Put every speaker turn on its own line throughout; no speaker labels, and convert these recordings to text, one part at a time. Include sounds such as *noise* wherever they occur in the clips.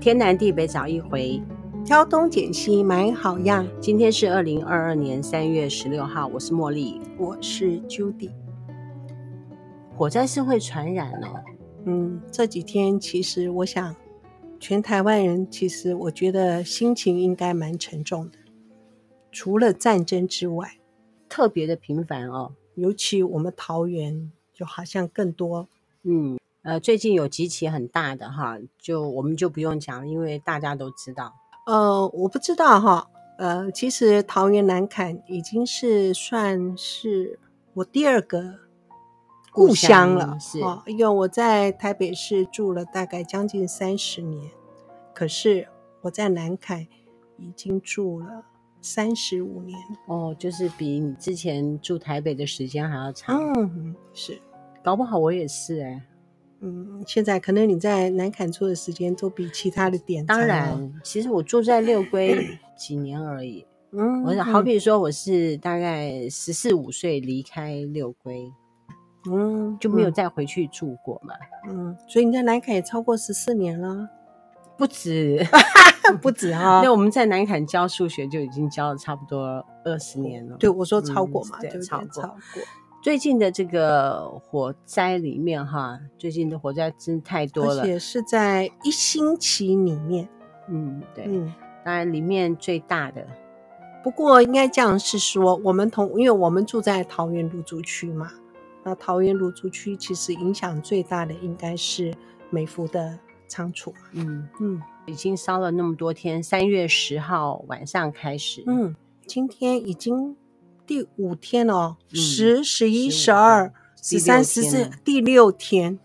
天南地北找一回。
挑东拣西买好样。
今天是二零二二年三月十六号，我是茉莉。
我是 Judy。
火灾是会传染哦，
嗯，这几天其实我想，全台湾人其实我觉得心情应该蛮沉重的，除了战争之外。
特别的频繁哦。
尤其我们桃园就好像更多，
嗯，呃，最近有几起很大的哈，就我们就不用讲，因为大家都知道。
呃，我不知道哈，呃，其实桃园南坎已经是算是我第二个
故
故乡
乡
了，
是
哦，因为我在台北市住了大概将近三十年，可是我在南坎已经住了三十五年，
哦，就是比你之前住台北的时间还要长，
嗯，是。
搞不好我也是哎、
嗯，现在可能你在南坎住的时间都比其他的点
当
长哦，
然，其实我住在六龟几年而已。
嗯，
我好
嗯
比说我是大概十四五岁离开六龟，
嗯
就没有
嗯
再回去住过嘛，
嗯，所以你在南凯也超过十四年了，
不止。
不止 *laughs* 哈
那我啊们在南坎教数学就已经教了差不多二十年了。
哦对，我说超过嘛，
嗯
对
对
不对？
超过
超过，
最近的这个火灾里面哈，最近的火灾真太多
而
了。
且是在一星期里面。
嗯，对，
嗯，
当然里面最大的，
不过应该这样是说，我们同，因为我们住在桃园芦竹区嘛，那桃园芦竹区其实影响最大的应该是美孚的仓储嘛。
嗯，
嗯
已经烧了那么多天，三月十号晚上开始，
嗯，今天已经第五天了哦，
嗯
十、十一、
15
十二、
第六
十三、十
天
四
了，
第六天。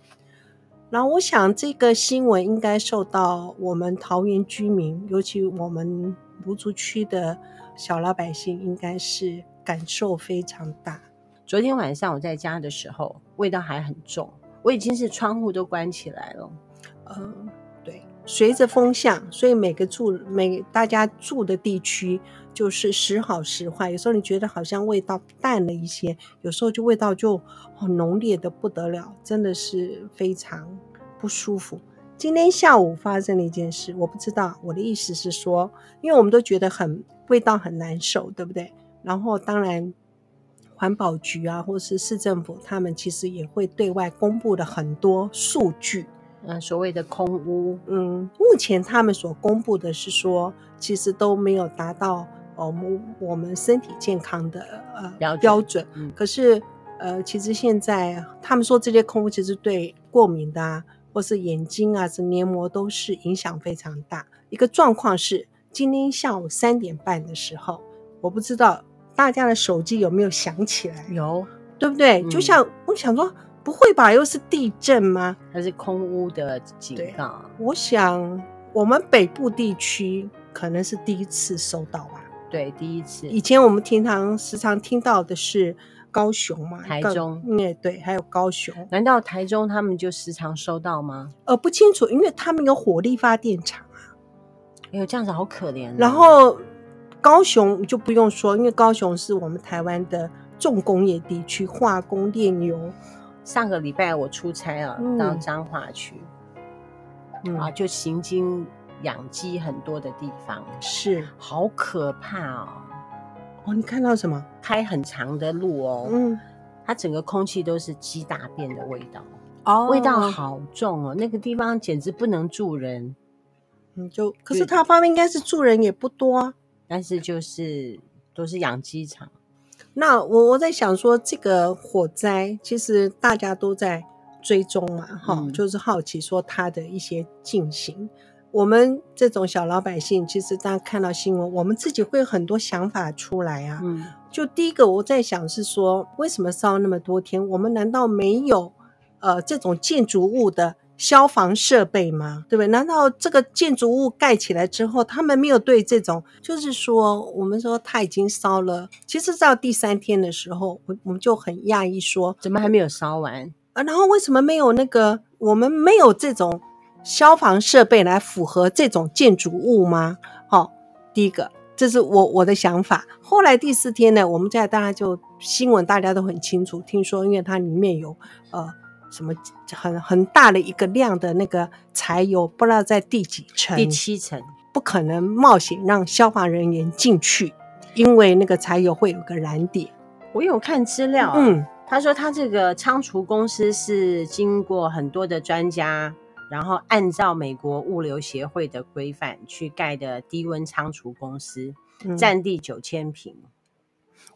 然后我想，这个新闻应该受到我们桃园居民，尤其我们芦竹区的小老百姓，应该是感受非常大。
昨天晚上我在家的时候，味道还很重，我已经是窗户都关起来了。
呃，对，随着风向，所以每个住每大家住的地区就是时好时坏。有时候你觉得好像味道淡了一些，有时候就味道就很浓烈的不得了，真的是非常不舒服。今天下午发生了一件事，我不知道。我的意思是说，因为我们都觉得很味道很难受，对不对？然后当然，环保局啊，或是市政府，他们其实也会对外公布了很多数据。
嗯、所谓的空屋，
嗯，目前他们所公布的是说，其实都没有达到呃我们我们身体健康的呃
标准
标准。
嗯
可是呃，其实现在他们说这些空污其实对过敏的啊，或是眼睛啊、是黏膜都是影响非常大。一个状况是，今天下午三点半的时候，我不知道大家的手机有没有响起来，
有，
对不对？就
嗯
像我想说，不会吧？又是地震吗？
它是空屋的警
对
告。
我想我们北部地区可能是第一次收到吧。
对，第一次
以前我们平常时常听到的是高雄嘛，
台
高
中
嗯，也对，还有高雄，
难道台中他们就时常收到吗？
呃，不清楚，因为他们有火力发电厂，
哎呦，这样子好可怜、
然，后高雄就不用说，因为高雄是我们台湾的重工业地区，化工、炼油，
上个礼拜我出差啊，
嗯
到彰化去、啊，
嗯，
就行经养鸡很多的地方，
是
好可怕哦！
哦，你看到什么？
开很长的路哦，
嗯，
它整个空气都是鸡大便的味道，
哦
味道，好重哦，那个地方简直不能住人。
嗯，就可
对
是它旁边应该是住人也不多啊。
但是就是都是养鸡场，
那我我在想说，这个火灾其实大家都在追踪嘛，哈、
嗯
就是好奇说它的一些进行。我们这种小老百姓，其实大家看到新闻，我们自己会有很多想法出来啊。
嗯，
就第一个我在想是说，为什么烧那么多天？我们难道没有呃这种建筑物的消防设备吗？对不对？难道这个建筑物盖起来之后，他们没有对这种，就是说我们说它已经烧了，其实到第三天的时候，我我们就很讶异说，
怎么还没有烧完？
啊，然后为什么没有那个我们没有这种消防设备来符合这种建筑物吗？哦，第一个，这是我我的想法。后来第四天呢，我们在大家就新闻大家都很清楚，听说因为它里面有呃什么很很大的一个量的那个柴油，不知道在第几层，
第七层，
不可能冒险让消防人员进去，因为那个柴油会有个燃点。
我有看资料、啊，
嗯，
他说他这个仓储公司是经过很多的专家，然后按照美国物流协会的规范去盖的低温仓储公司，
嗯
占地九千平。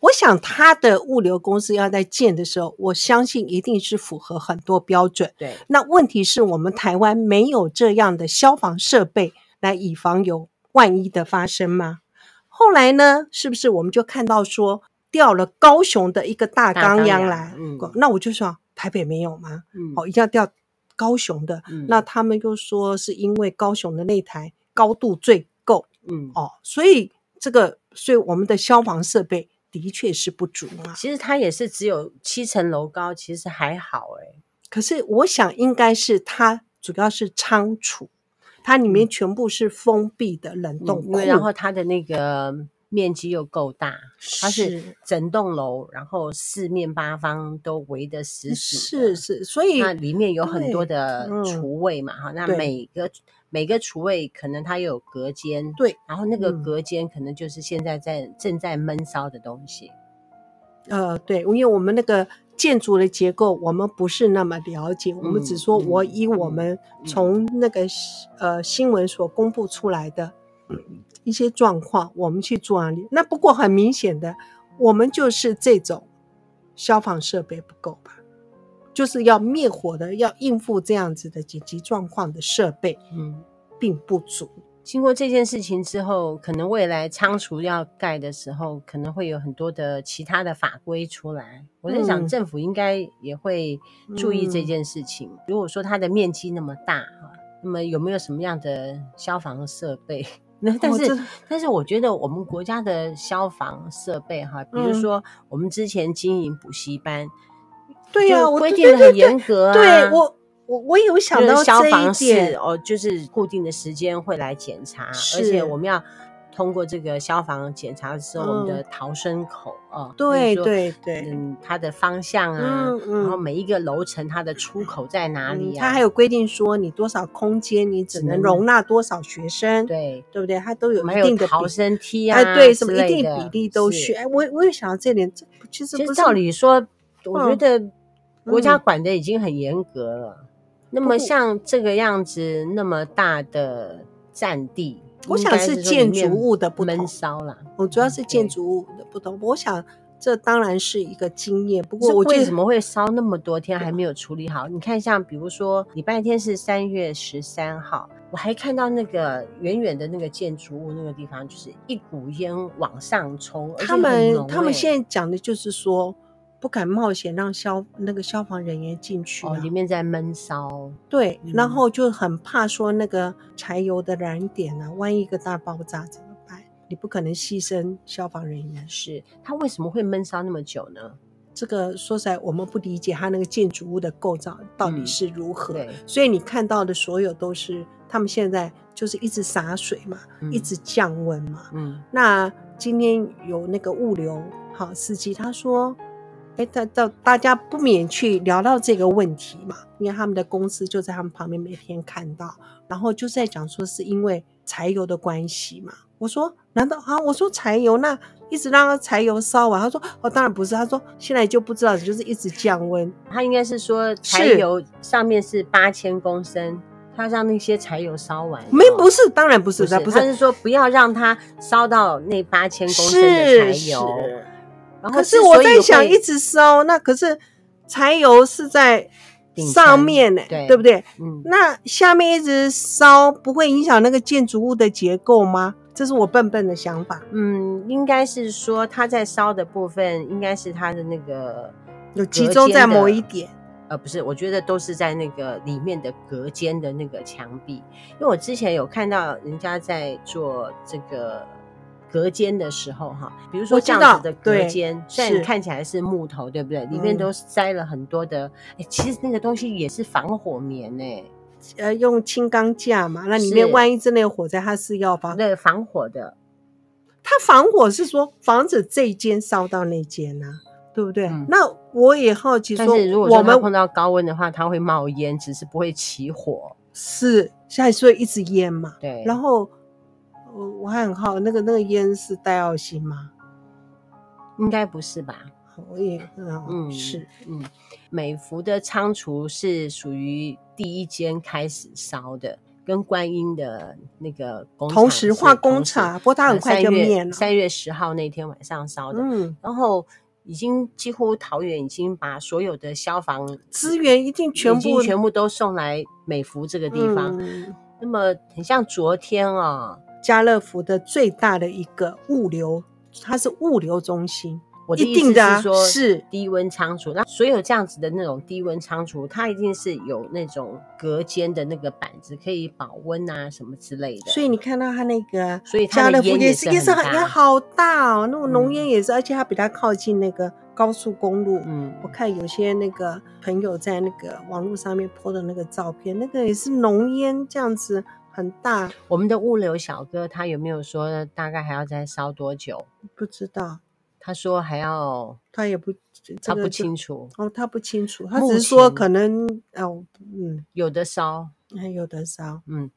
我想他的物流公司要在建的时候，我相信一定是符合很多标准。
对，
那问题是我们台湾没有这样的消防设备来以防有万一的发生吗？后来呢，是不是我们就看到说调了高雄的一个大
大
钢
钢
梁
梁
来？
嗯
那我就说台北没有吗？
嗯，
哦，一定要调高雄的。
嗯
那他们又说是因为高雄的那台高度最够
嗯，
哦，所以这个，所以我们的消防设备的确是不足嘛。
其实它也是只有七层楼高，其实还好哎、
可是我想应该是它主要是仓储，它里面全部是封闭的冷冻
嗯因
库，
为然后它的那个面积又够大，它
是
是整栋楼，然后四面八方都围得死死的。
是是，所以
那里面有很多
对
的
嗯
厨卫嘛，哈、那
对
每个每个厨卫可能它又有隔间，
对，
然后那个
嗯
隔间可能就是现在在正在闷烧的东西，
呃对，因为我们那个建筑的结构我们不是那么了解，我们只
嗯
说我
嗯
以我们从那个新呃新闻所公布出来的
嗯
一些状况，我们去做案例。那不过很明显的，我们就是这种消防设备不够吧。就是要灭火的，要应付这样子的紧急状况的设备
嗯。
并不足。
经过这件事情之后，可能未来仓储要盖的时候，可能会有很多的其他的法规出来。我在想，
嗯
政府应该也会注意这件事情。如果说它的面积那么大哈，那么有没有什么样的消防设备？ *laughs* 那但
哦
是、
这
但是我觉得我们国家的消防设备哈，比如
嗯
说我们之前经营补习班，
对呀、
就
我
规
对
定的
对
很
对
严格啊，
对我，我我有想
就是
到
消
这一
防室
点，嗯
哦，就是固定的时间会来检查，而
是
且我们要通过这个消防检查的时候，我们的
嗯
逃生口哦，
对
比如说
对对，
嗯，它的方向啊，
嗯
然后
嗯。
每一个楼层它的出口在哪
嗯，
里啊？
它还有规定说你多少空间，你只
只
能
能
容纳多少学生，
对，
对不对？它都有
我们
一
还
定
有
的
逃
比
生梯啊，
哎，对，什么
之
一
类
定
的
比例都
是
去。哎，我我有想到这点，这其实
其
不
实
是
照理说，我觉
嗯
得国家
嗯
管的已经很严格了。那么
过
像这个样子那么大的占地，
我
应
想
该
是
说
建
里面
筑物的不同
闷烧啦。
我主要是建
对
筑物的不同。我想这当然是一个经验，不
是
过我觉
为
得
什么会烧那么多天还没有处理好？你看，像比如说礼拜天是三月十三号，我还看到那个远远的那个建筑物那个地方，就是一股烟往上冲，而且
他
很
们
浓
他们
欸
现在讲的就是说，不敢冒险让消那个消防人员进去、啊
哦里面在闷烧，
对，然
嗯
后就很怕说那个柴油的燃点啊，万一一个大爆炸怎么办？你不可能牺牲消防人员。
是它为什么会闷烧那么久呢？
这个说实在，我们不理解它那个建筑物的构造到底
嗯
是如何。
对
所以你看到的所有都是他们现在就是一直洒水嘛，一
嗯
直降温嘛。
嗯
那今天有那个物流好司机，他说，哎，大大大家不免去聊到这个问题嘛，因为他们的公司就在他们旁边，每天看到，然后就在讲说是因为柴油的关系嘛。我说，难道啊？我说柴油那一直让它柴油烧完，他说哦，当然不是，他说现在就不知道，就是一直降温。
它应该是说柴
是
油上面是八千公升，它让那些柴油烧完了。
没不是，当然不是，
哦不是，
不
他是说不要让它烧到那八千公升的
是
柴油。
是
然后
可
之
是我
所以
在想，
会
一直烧，那可是柴油是在
顶
上
层
面呢、
对
不对？
嗯，
那下面一直烧，不会影响那个建筑物的结构吗？这是我笨笨的想法，
嗯，应该是说它在烧的部分，应该是它的那个
有集中在某一
点。
点。
呃，不是，我觉得都是在那个里面的隔间的那个墙壁，因为我之前有看到人家在做这个隔间的时候，哈，比如说
我知
这
道
样子的隔
对
间，虽然你
是
看起来是木头，对不对？里面
嗯
都塞了很多的，哎、其实那个东西也是防火棉呢、
呃，用轻钢架嘛，那里
是
面万一真的有火灾，它是要防
那个防火的，
它防火是说防止这一间烧到那间呐、啊对不对？
嗯
那我也好奇
但
说
是如，果
我
说它
们
碰到高温的话，它会冒烟，只是不会起火。
是现在所以一直腌嘛，
对，
然后我我还很好，那个那个烟是戴奥辛吗？
应该不是吧？
我也嗯
嗯，
是
嗯，美孚的仓储是属于第一间开始烧的，跟观音的那个工厂
同时化
是同
工
时
厂，不过它
呃
很快就
3月
灭了。
3月十号那天晚上烧的，
嗯，
然后已经几乎桃园已经把所有的消防
资源一定全
已经
部
全部都送来美孚这个地方。
嗯
那么很像昨天啊、
家乐福的最大的一个物流，它是物流中心，
我的
一
意思
定的啊
是说，
是
低温仓储。那所有这样子的那种低温仓储，它一定是有那种隔间的那个板子，可以保温啊什么之类的。
所以你看到它那个，
所以它
家
的
乐福
烟
也
也
是
是
也是
很
很
大
也好大哦，那种浓
嗯
烟也是，而且它比较靠近那个高速公路。
嗯，
我看有些那个朋友在那个网络上面 po 的那个照片，那个也是浓烟这样子很大，
我们的物流小哥他有没有说大概还要再烧多久？
不知道
他说还要，
他也不
他不清
楚
楚，
哦，他不清楚，他
目
只是说
前
可能哦，嗯，
有的烧，
还有的少，
嗯，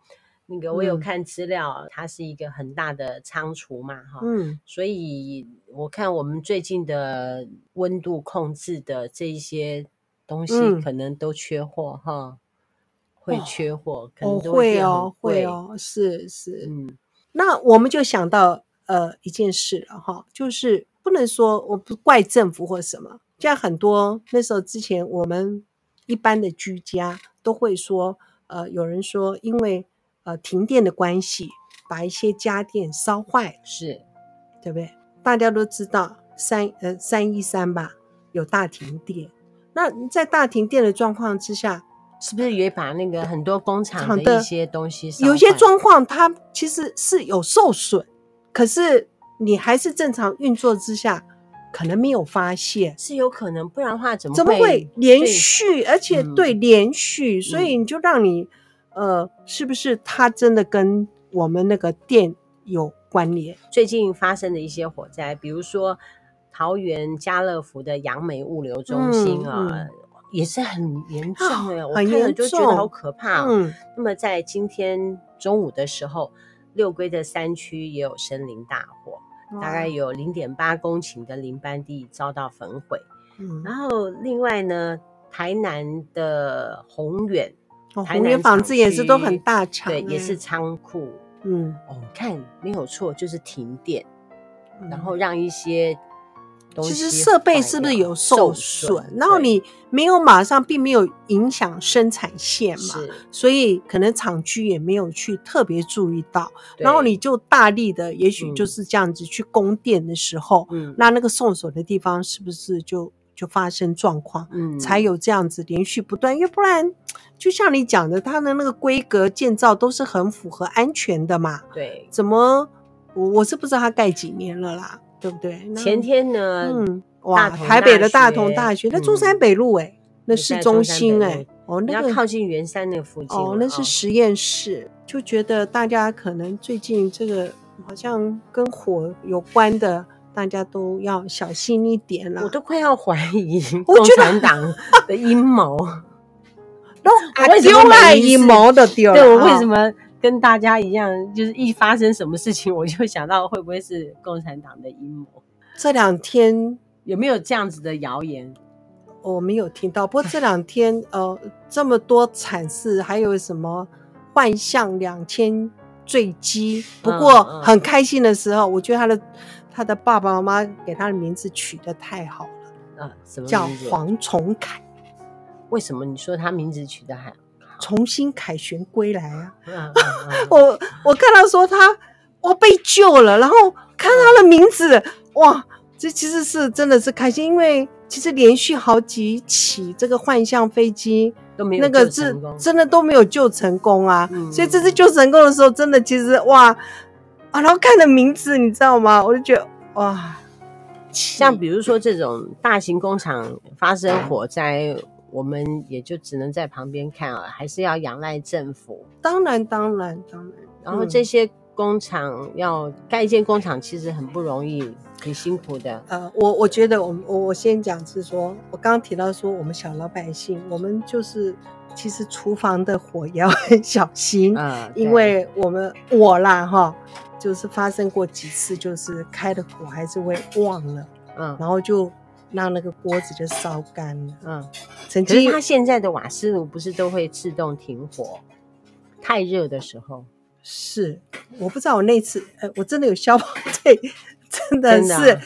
那个我有
嗯
看资料，它是一个很大的仓储嘛，哈，
嗯
所以我看我们最近的温度控制的这一些东西
嗯，
可能都缺货、哈，会
哦
缺货，可
哦
能都会
会
变
哦
很
会
贵，
哦，是是，
嗯
那我们就想到呃一件事了哈，就是不能说我不怪政府或什么，像很多那时候之前我们一般的居家都会说，呃，有人说因为呃停电的关系，把一些家电烧坏了，
是，
对不对？大家都知道三呃三一三吧有大停电，那在大停电的状况之下，
是不是也把那个很多工
厂
厂的
的
一些东西烧坏，
有些状况它其实是有受损，可是你还是正常运作之下，可能没有发现，
是有可能，不然的话怎么
怎么会连
对
续？而且
嗯
对连续，所以你就让你呃，是不是它真的跟我们那个店有关联？
最近发生的一些火灾，比如说桃园家乐福的杨梅物流中心啊，
嗯嗯
也是很严重哎、
啊
我
很
看
严
了就觉得
重
好可怕、哦。
嗯，
那么在今天中午的时候，六龟的山区也有森林大火，大概
哇
有零点八公顷的林班地遭到焚毁。
嗯
然后另外呢，台南的宏远，
哦
台
红
南
源纺
厂
织也是都
区
很大厂
对，也
欸
是仓库。
嗯，
哦，你看没有错，就是停电。
嗯
然后让一些东西
其实设备
坏
是不是
掉
有受损？然后
对
你没有马上，并没有影响生产线嘛，
是，
所以可能厂区也没有去特别注意到，
对
然后你就大力的，也许
嗯
就是这样子去供电的时候，
嗯
那那个送锁的地方是不是就就发生状况？
嗯
才有这样子连续不断，因为不然，就像你讲的，它的那个规格建造都是很符合安全的嘛。
对。
怎么，我我是不知道它盖几年了啦，对不对？那
前天呢，
嗯，哇，
大同
台北的
大
大同
学
大学，那
嗯
中山北路哎、那
对
市
在
中
中山
心
北
哎、
路
哦，
你
那
要
个
靠近圆山那个附近了，
哦
啊
那是实验室，就觉得大家可能最近这个好像跟火有关的，大家都要小心一点啦。
我都快要怀疑
我
共
觉得
产党的阴
*laughs*
谋。
然后
我为什么
丢来
每一次
阴谋的丢了，
对我为
哦
什么跟大家一样，就是一发生什么事情，我就想到会不会是共产党的阴谋？
这两天
有没有这样子的谣言？
我没有听到，不过这两
*laughs*
天呃这么多惨事，还有什么幻象两千坠机？不过
嗯嗯
很开心的时候，我觉得他的他的爸爸妈妈给他的名字取得太好了，
呃，什么
叫
名字？
黄崇凯，
为什么你说他名字取得还？
重新凯旋归来啊！
嗯嗯嗯
*laughs* 我我看到说他我被救了，然后看他的名字，哇，这其实是真的是开心，因为其实连续好几起这个幻象飞机。
都没有
那个
救
是
成功
真的都没有救成功啊。
嗯
所以这次救成功的时候，真的其实哇啊，然后看的名字你知道吗？我就觉得哇，
像比如说这种大型工厂发生火灾，我们也就只能在旁边看啊，还是要仰赖政府。
当然当然当然，
然后这些工厂要盖一间工厂，其实很不容易，很辛苦的。
呃，我我觉得我们我我先讲是说，我刚刚提到说我们小老百姓，我们就是其实厨房的火也要很小心，
嗯，
因为我们我啦哈，就是发生过几次，就是开的火还是会忘了，
对嗯
然后就让那个锅子就烧干了。
嗯，
曾
可是
经
它现在的瓦斯炉不是都会自动停火？太热的时候，
是我不知道，我那次呃，我真的有消防队， *laughs* 真的
真的啊
是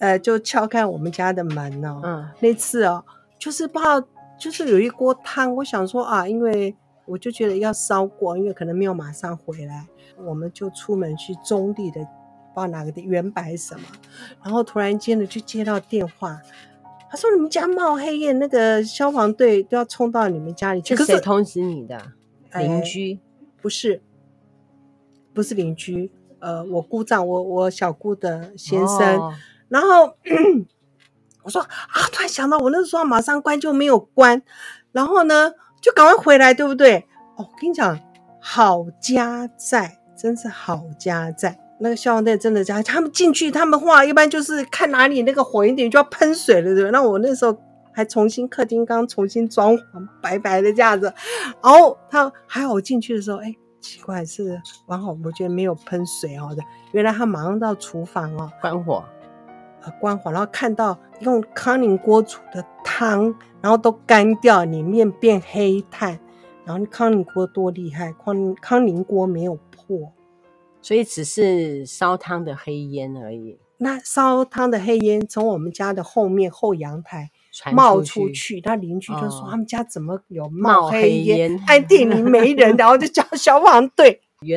呃，就敲开我们家的门哦，
嗯
那次哦，就是不知道，就是有一锅汤，我想说啊，因为我就觉得要烧过，因为可能没有马上回来，我们就出门去中立的，不知道哪个地原白什么，然后突然间的就接到电话。他说：“你们家冒黑烟，那个消防队都要冲到你们家里去。”
这
可
谁
是哎
通知你的？邻居？
不是，不是邻居，呃，我姑丈，我我小姑的先生，
哦
然后我说啊，突然想到我那时候马上关就没有关，然后呢就赶快回来，对不对？哦，我跟你讲，好家在，真是好家在。那个消防队真的家，他们进去，他们话一般就是看哪里那个火一点就要喷水了，对吧？那我那时候还重新客厅刚重新装潢，白白的这样子。然后他还好，我进去的时候，哎，奇怪是完好，我觉得没有喷水哦的，原来他马上到厨房哦，
关火，
呃关火，然后看到用康宁锅煮的汤，然后都干掉，里面变黑炭。然后康宁锅多厉害，康康宁锅没有破，
所以只是烧汤的黑烟而已，
那烧汤的黑烟从我们家的后面后阳台
传
冒
出
出。去，那邻居就说、
哦
他们家怎么有
冒
冒
黑
黑烟？
烟
暗地里没人，然后就叫消防队。
你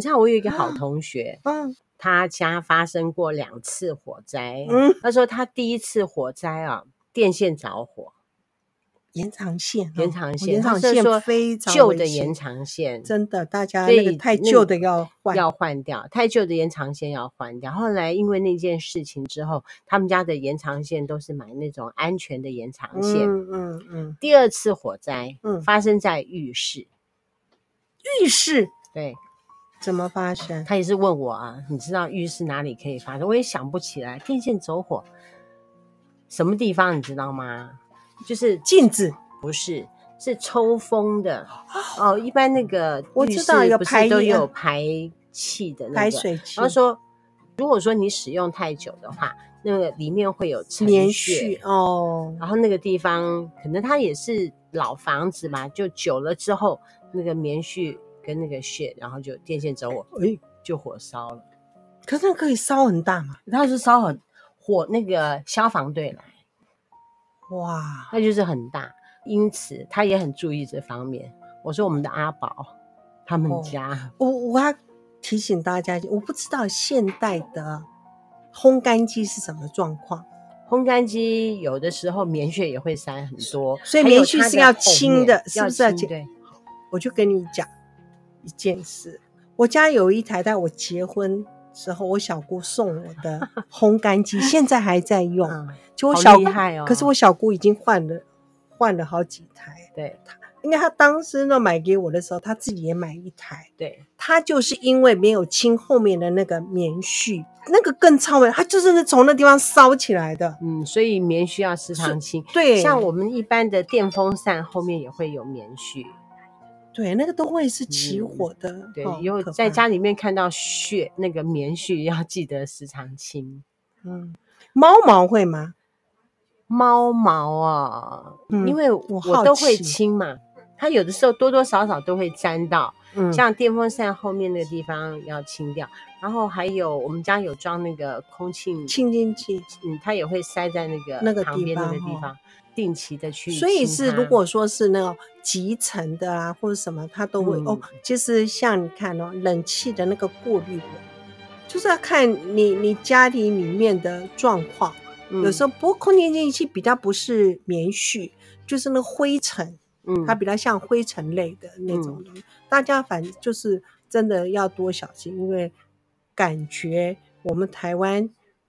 知道我有一个
啊
好同学，
嗯
他家发生过两次火灾。
嗯，
他说他第一次火灾啊，电线着火，
延长线哦，
延长线，
延
他
长
是说
线非常
旧
危
的
险
延长线，
真的，大家
所
那
以
个太
那
旧的要换，
要换掉，太旧的延长线要换掉。后来因为那件事情之后，他们家的延长线都是买那种安全的延长线。
嗯嗯嗯，
第二次火灾，
嗯
发生在浴室，
浴室
对
怎么发生？
他也是问我啊，你知道浴室哪里可以发生？我也想不起来，电线走火，什么地方你知道吗？就是
镜子，
是抽风的哦，一般那个
啊我
浴
知道
室
有
不
排
是都
烟
有排气的那
排
个，
水器，
然后说，如果说你使用太久的话，那个里面会有尘
棉
屑
絮，哦，
然后那个地方可能它也是老房子嘛，就久了之后，那个棉絮跟那个屑，然后就电线走火，
哎，
就火烧了。
可是那可以烧很大嘛？
他是烧很火，那个消防队来，
哇，
那就是很大，因此他也很注意这方面。我说我们的阿宝，他们
哦
家、
我我要提醒大家，我不知道现代的烘干机是什么状况，
烘干机有的时候棉屑也会塞很多，
所以
还有
棉絮
它
是要
后
清
面
的是
要
不是要
清
清
对，
我就跟你讲一件事，我家有一台，在我结婚时候，我小姑送我的烘干机，现在还在用。
嗯，
就我
好
小
厉
姑
害哦
可是我小姑已经换了换了好几台，
对
因为她当时呢买给我的时候，她自己也买一台。
对。
她就是因为没有清后面的那个棉絮，那个更臭味，它就是从那地方烧起来的。
嗯，所以棉絮要时常清。
对，
像我们一般的电风扇后面也会有棉絮，
对那个都会是起
嗯
火的，
对，
哦
以后
可
在
怕
家里面看到屑，那个棉絮要记得时常清。
嗯，猫毛会吗？
猫毛啊，
嗯
因为
我
我
好
都会
奇
清嘛，它有的时候多多少少都会沾到，
嗯，
像电风扇后面那个地方要清掉，然后还有我们家有装那个空气，
清进去。
嗯，它也会塞在那个
那个
旁
地
边那个
方
地
哦
方，定期的去清它。
所以是如果说是那种集成的啊，或者什么，它都会、哦
嗯。
其实像你看哦，冷气的那个过滤网，就是要看你你家里里面的状况。有时
候
候不过空气净化器比较不是棉絮，就是那个灰尘，
嗯
它比较像灰尘类的那种东西。大家反正就是真的要多小心，因为感觉我们台湾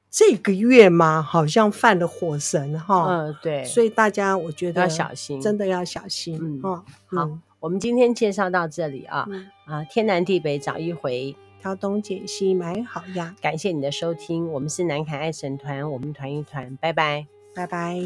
这个月嘛，好像犯了火神哈。
嗯，对，
所以大家我觉得
要小心
真的要小心。
嗯
哦，
好
嗯
我们今天介绍到这里啊
嗯
啊，天南地北找一回，
挑东拣西买好呀，
感谢你的收听，我们是南凯爱神团，我们团一团，拜拜。
拜拜。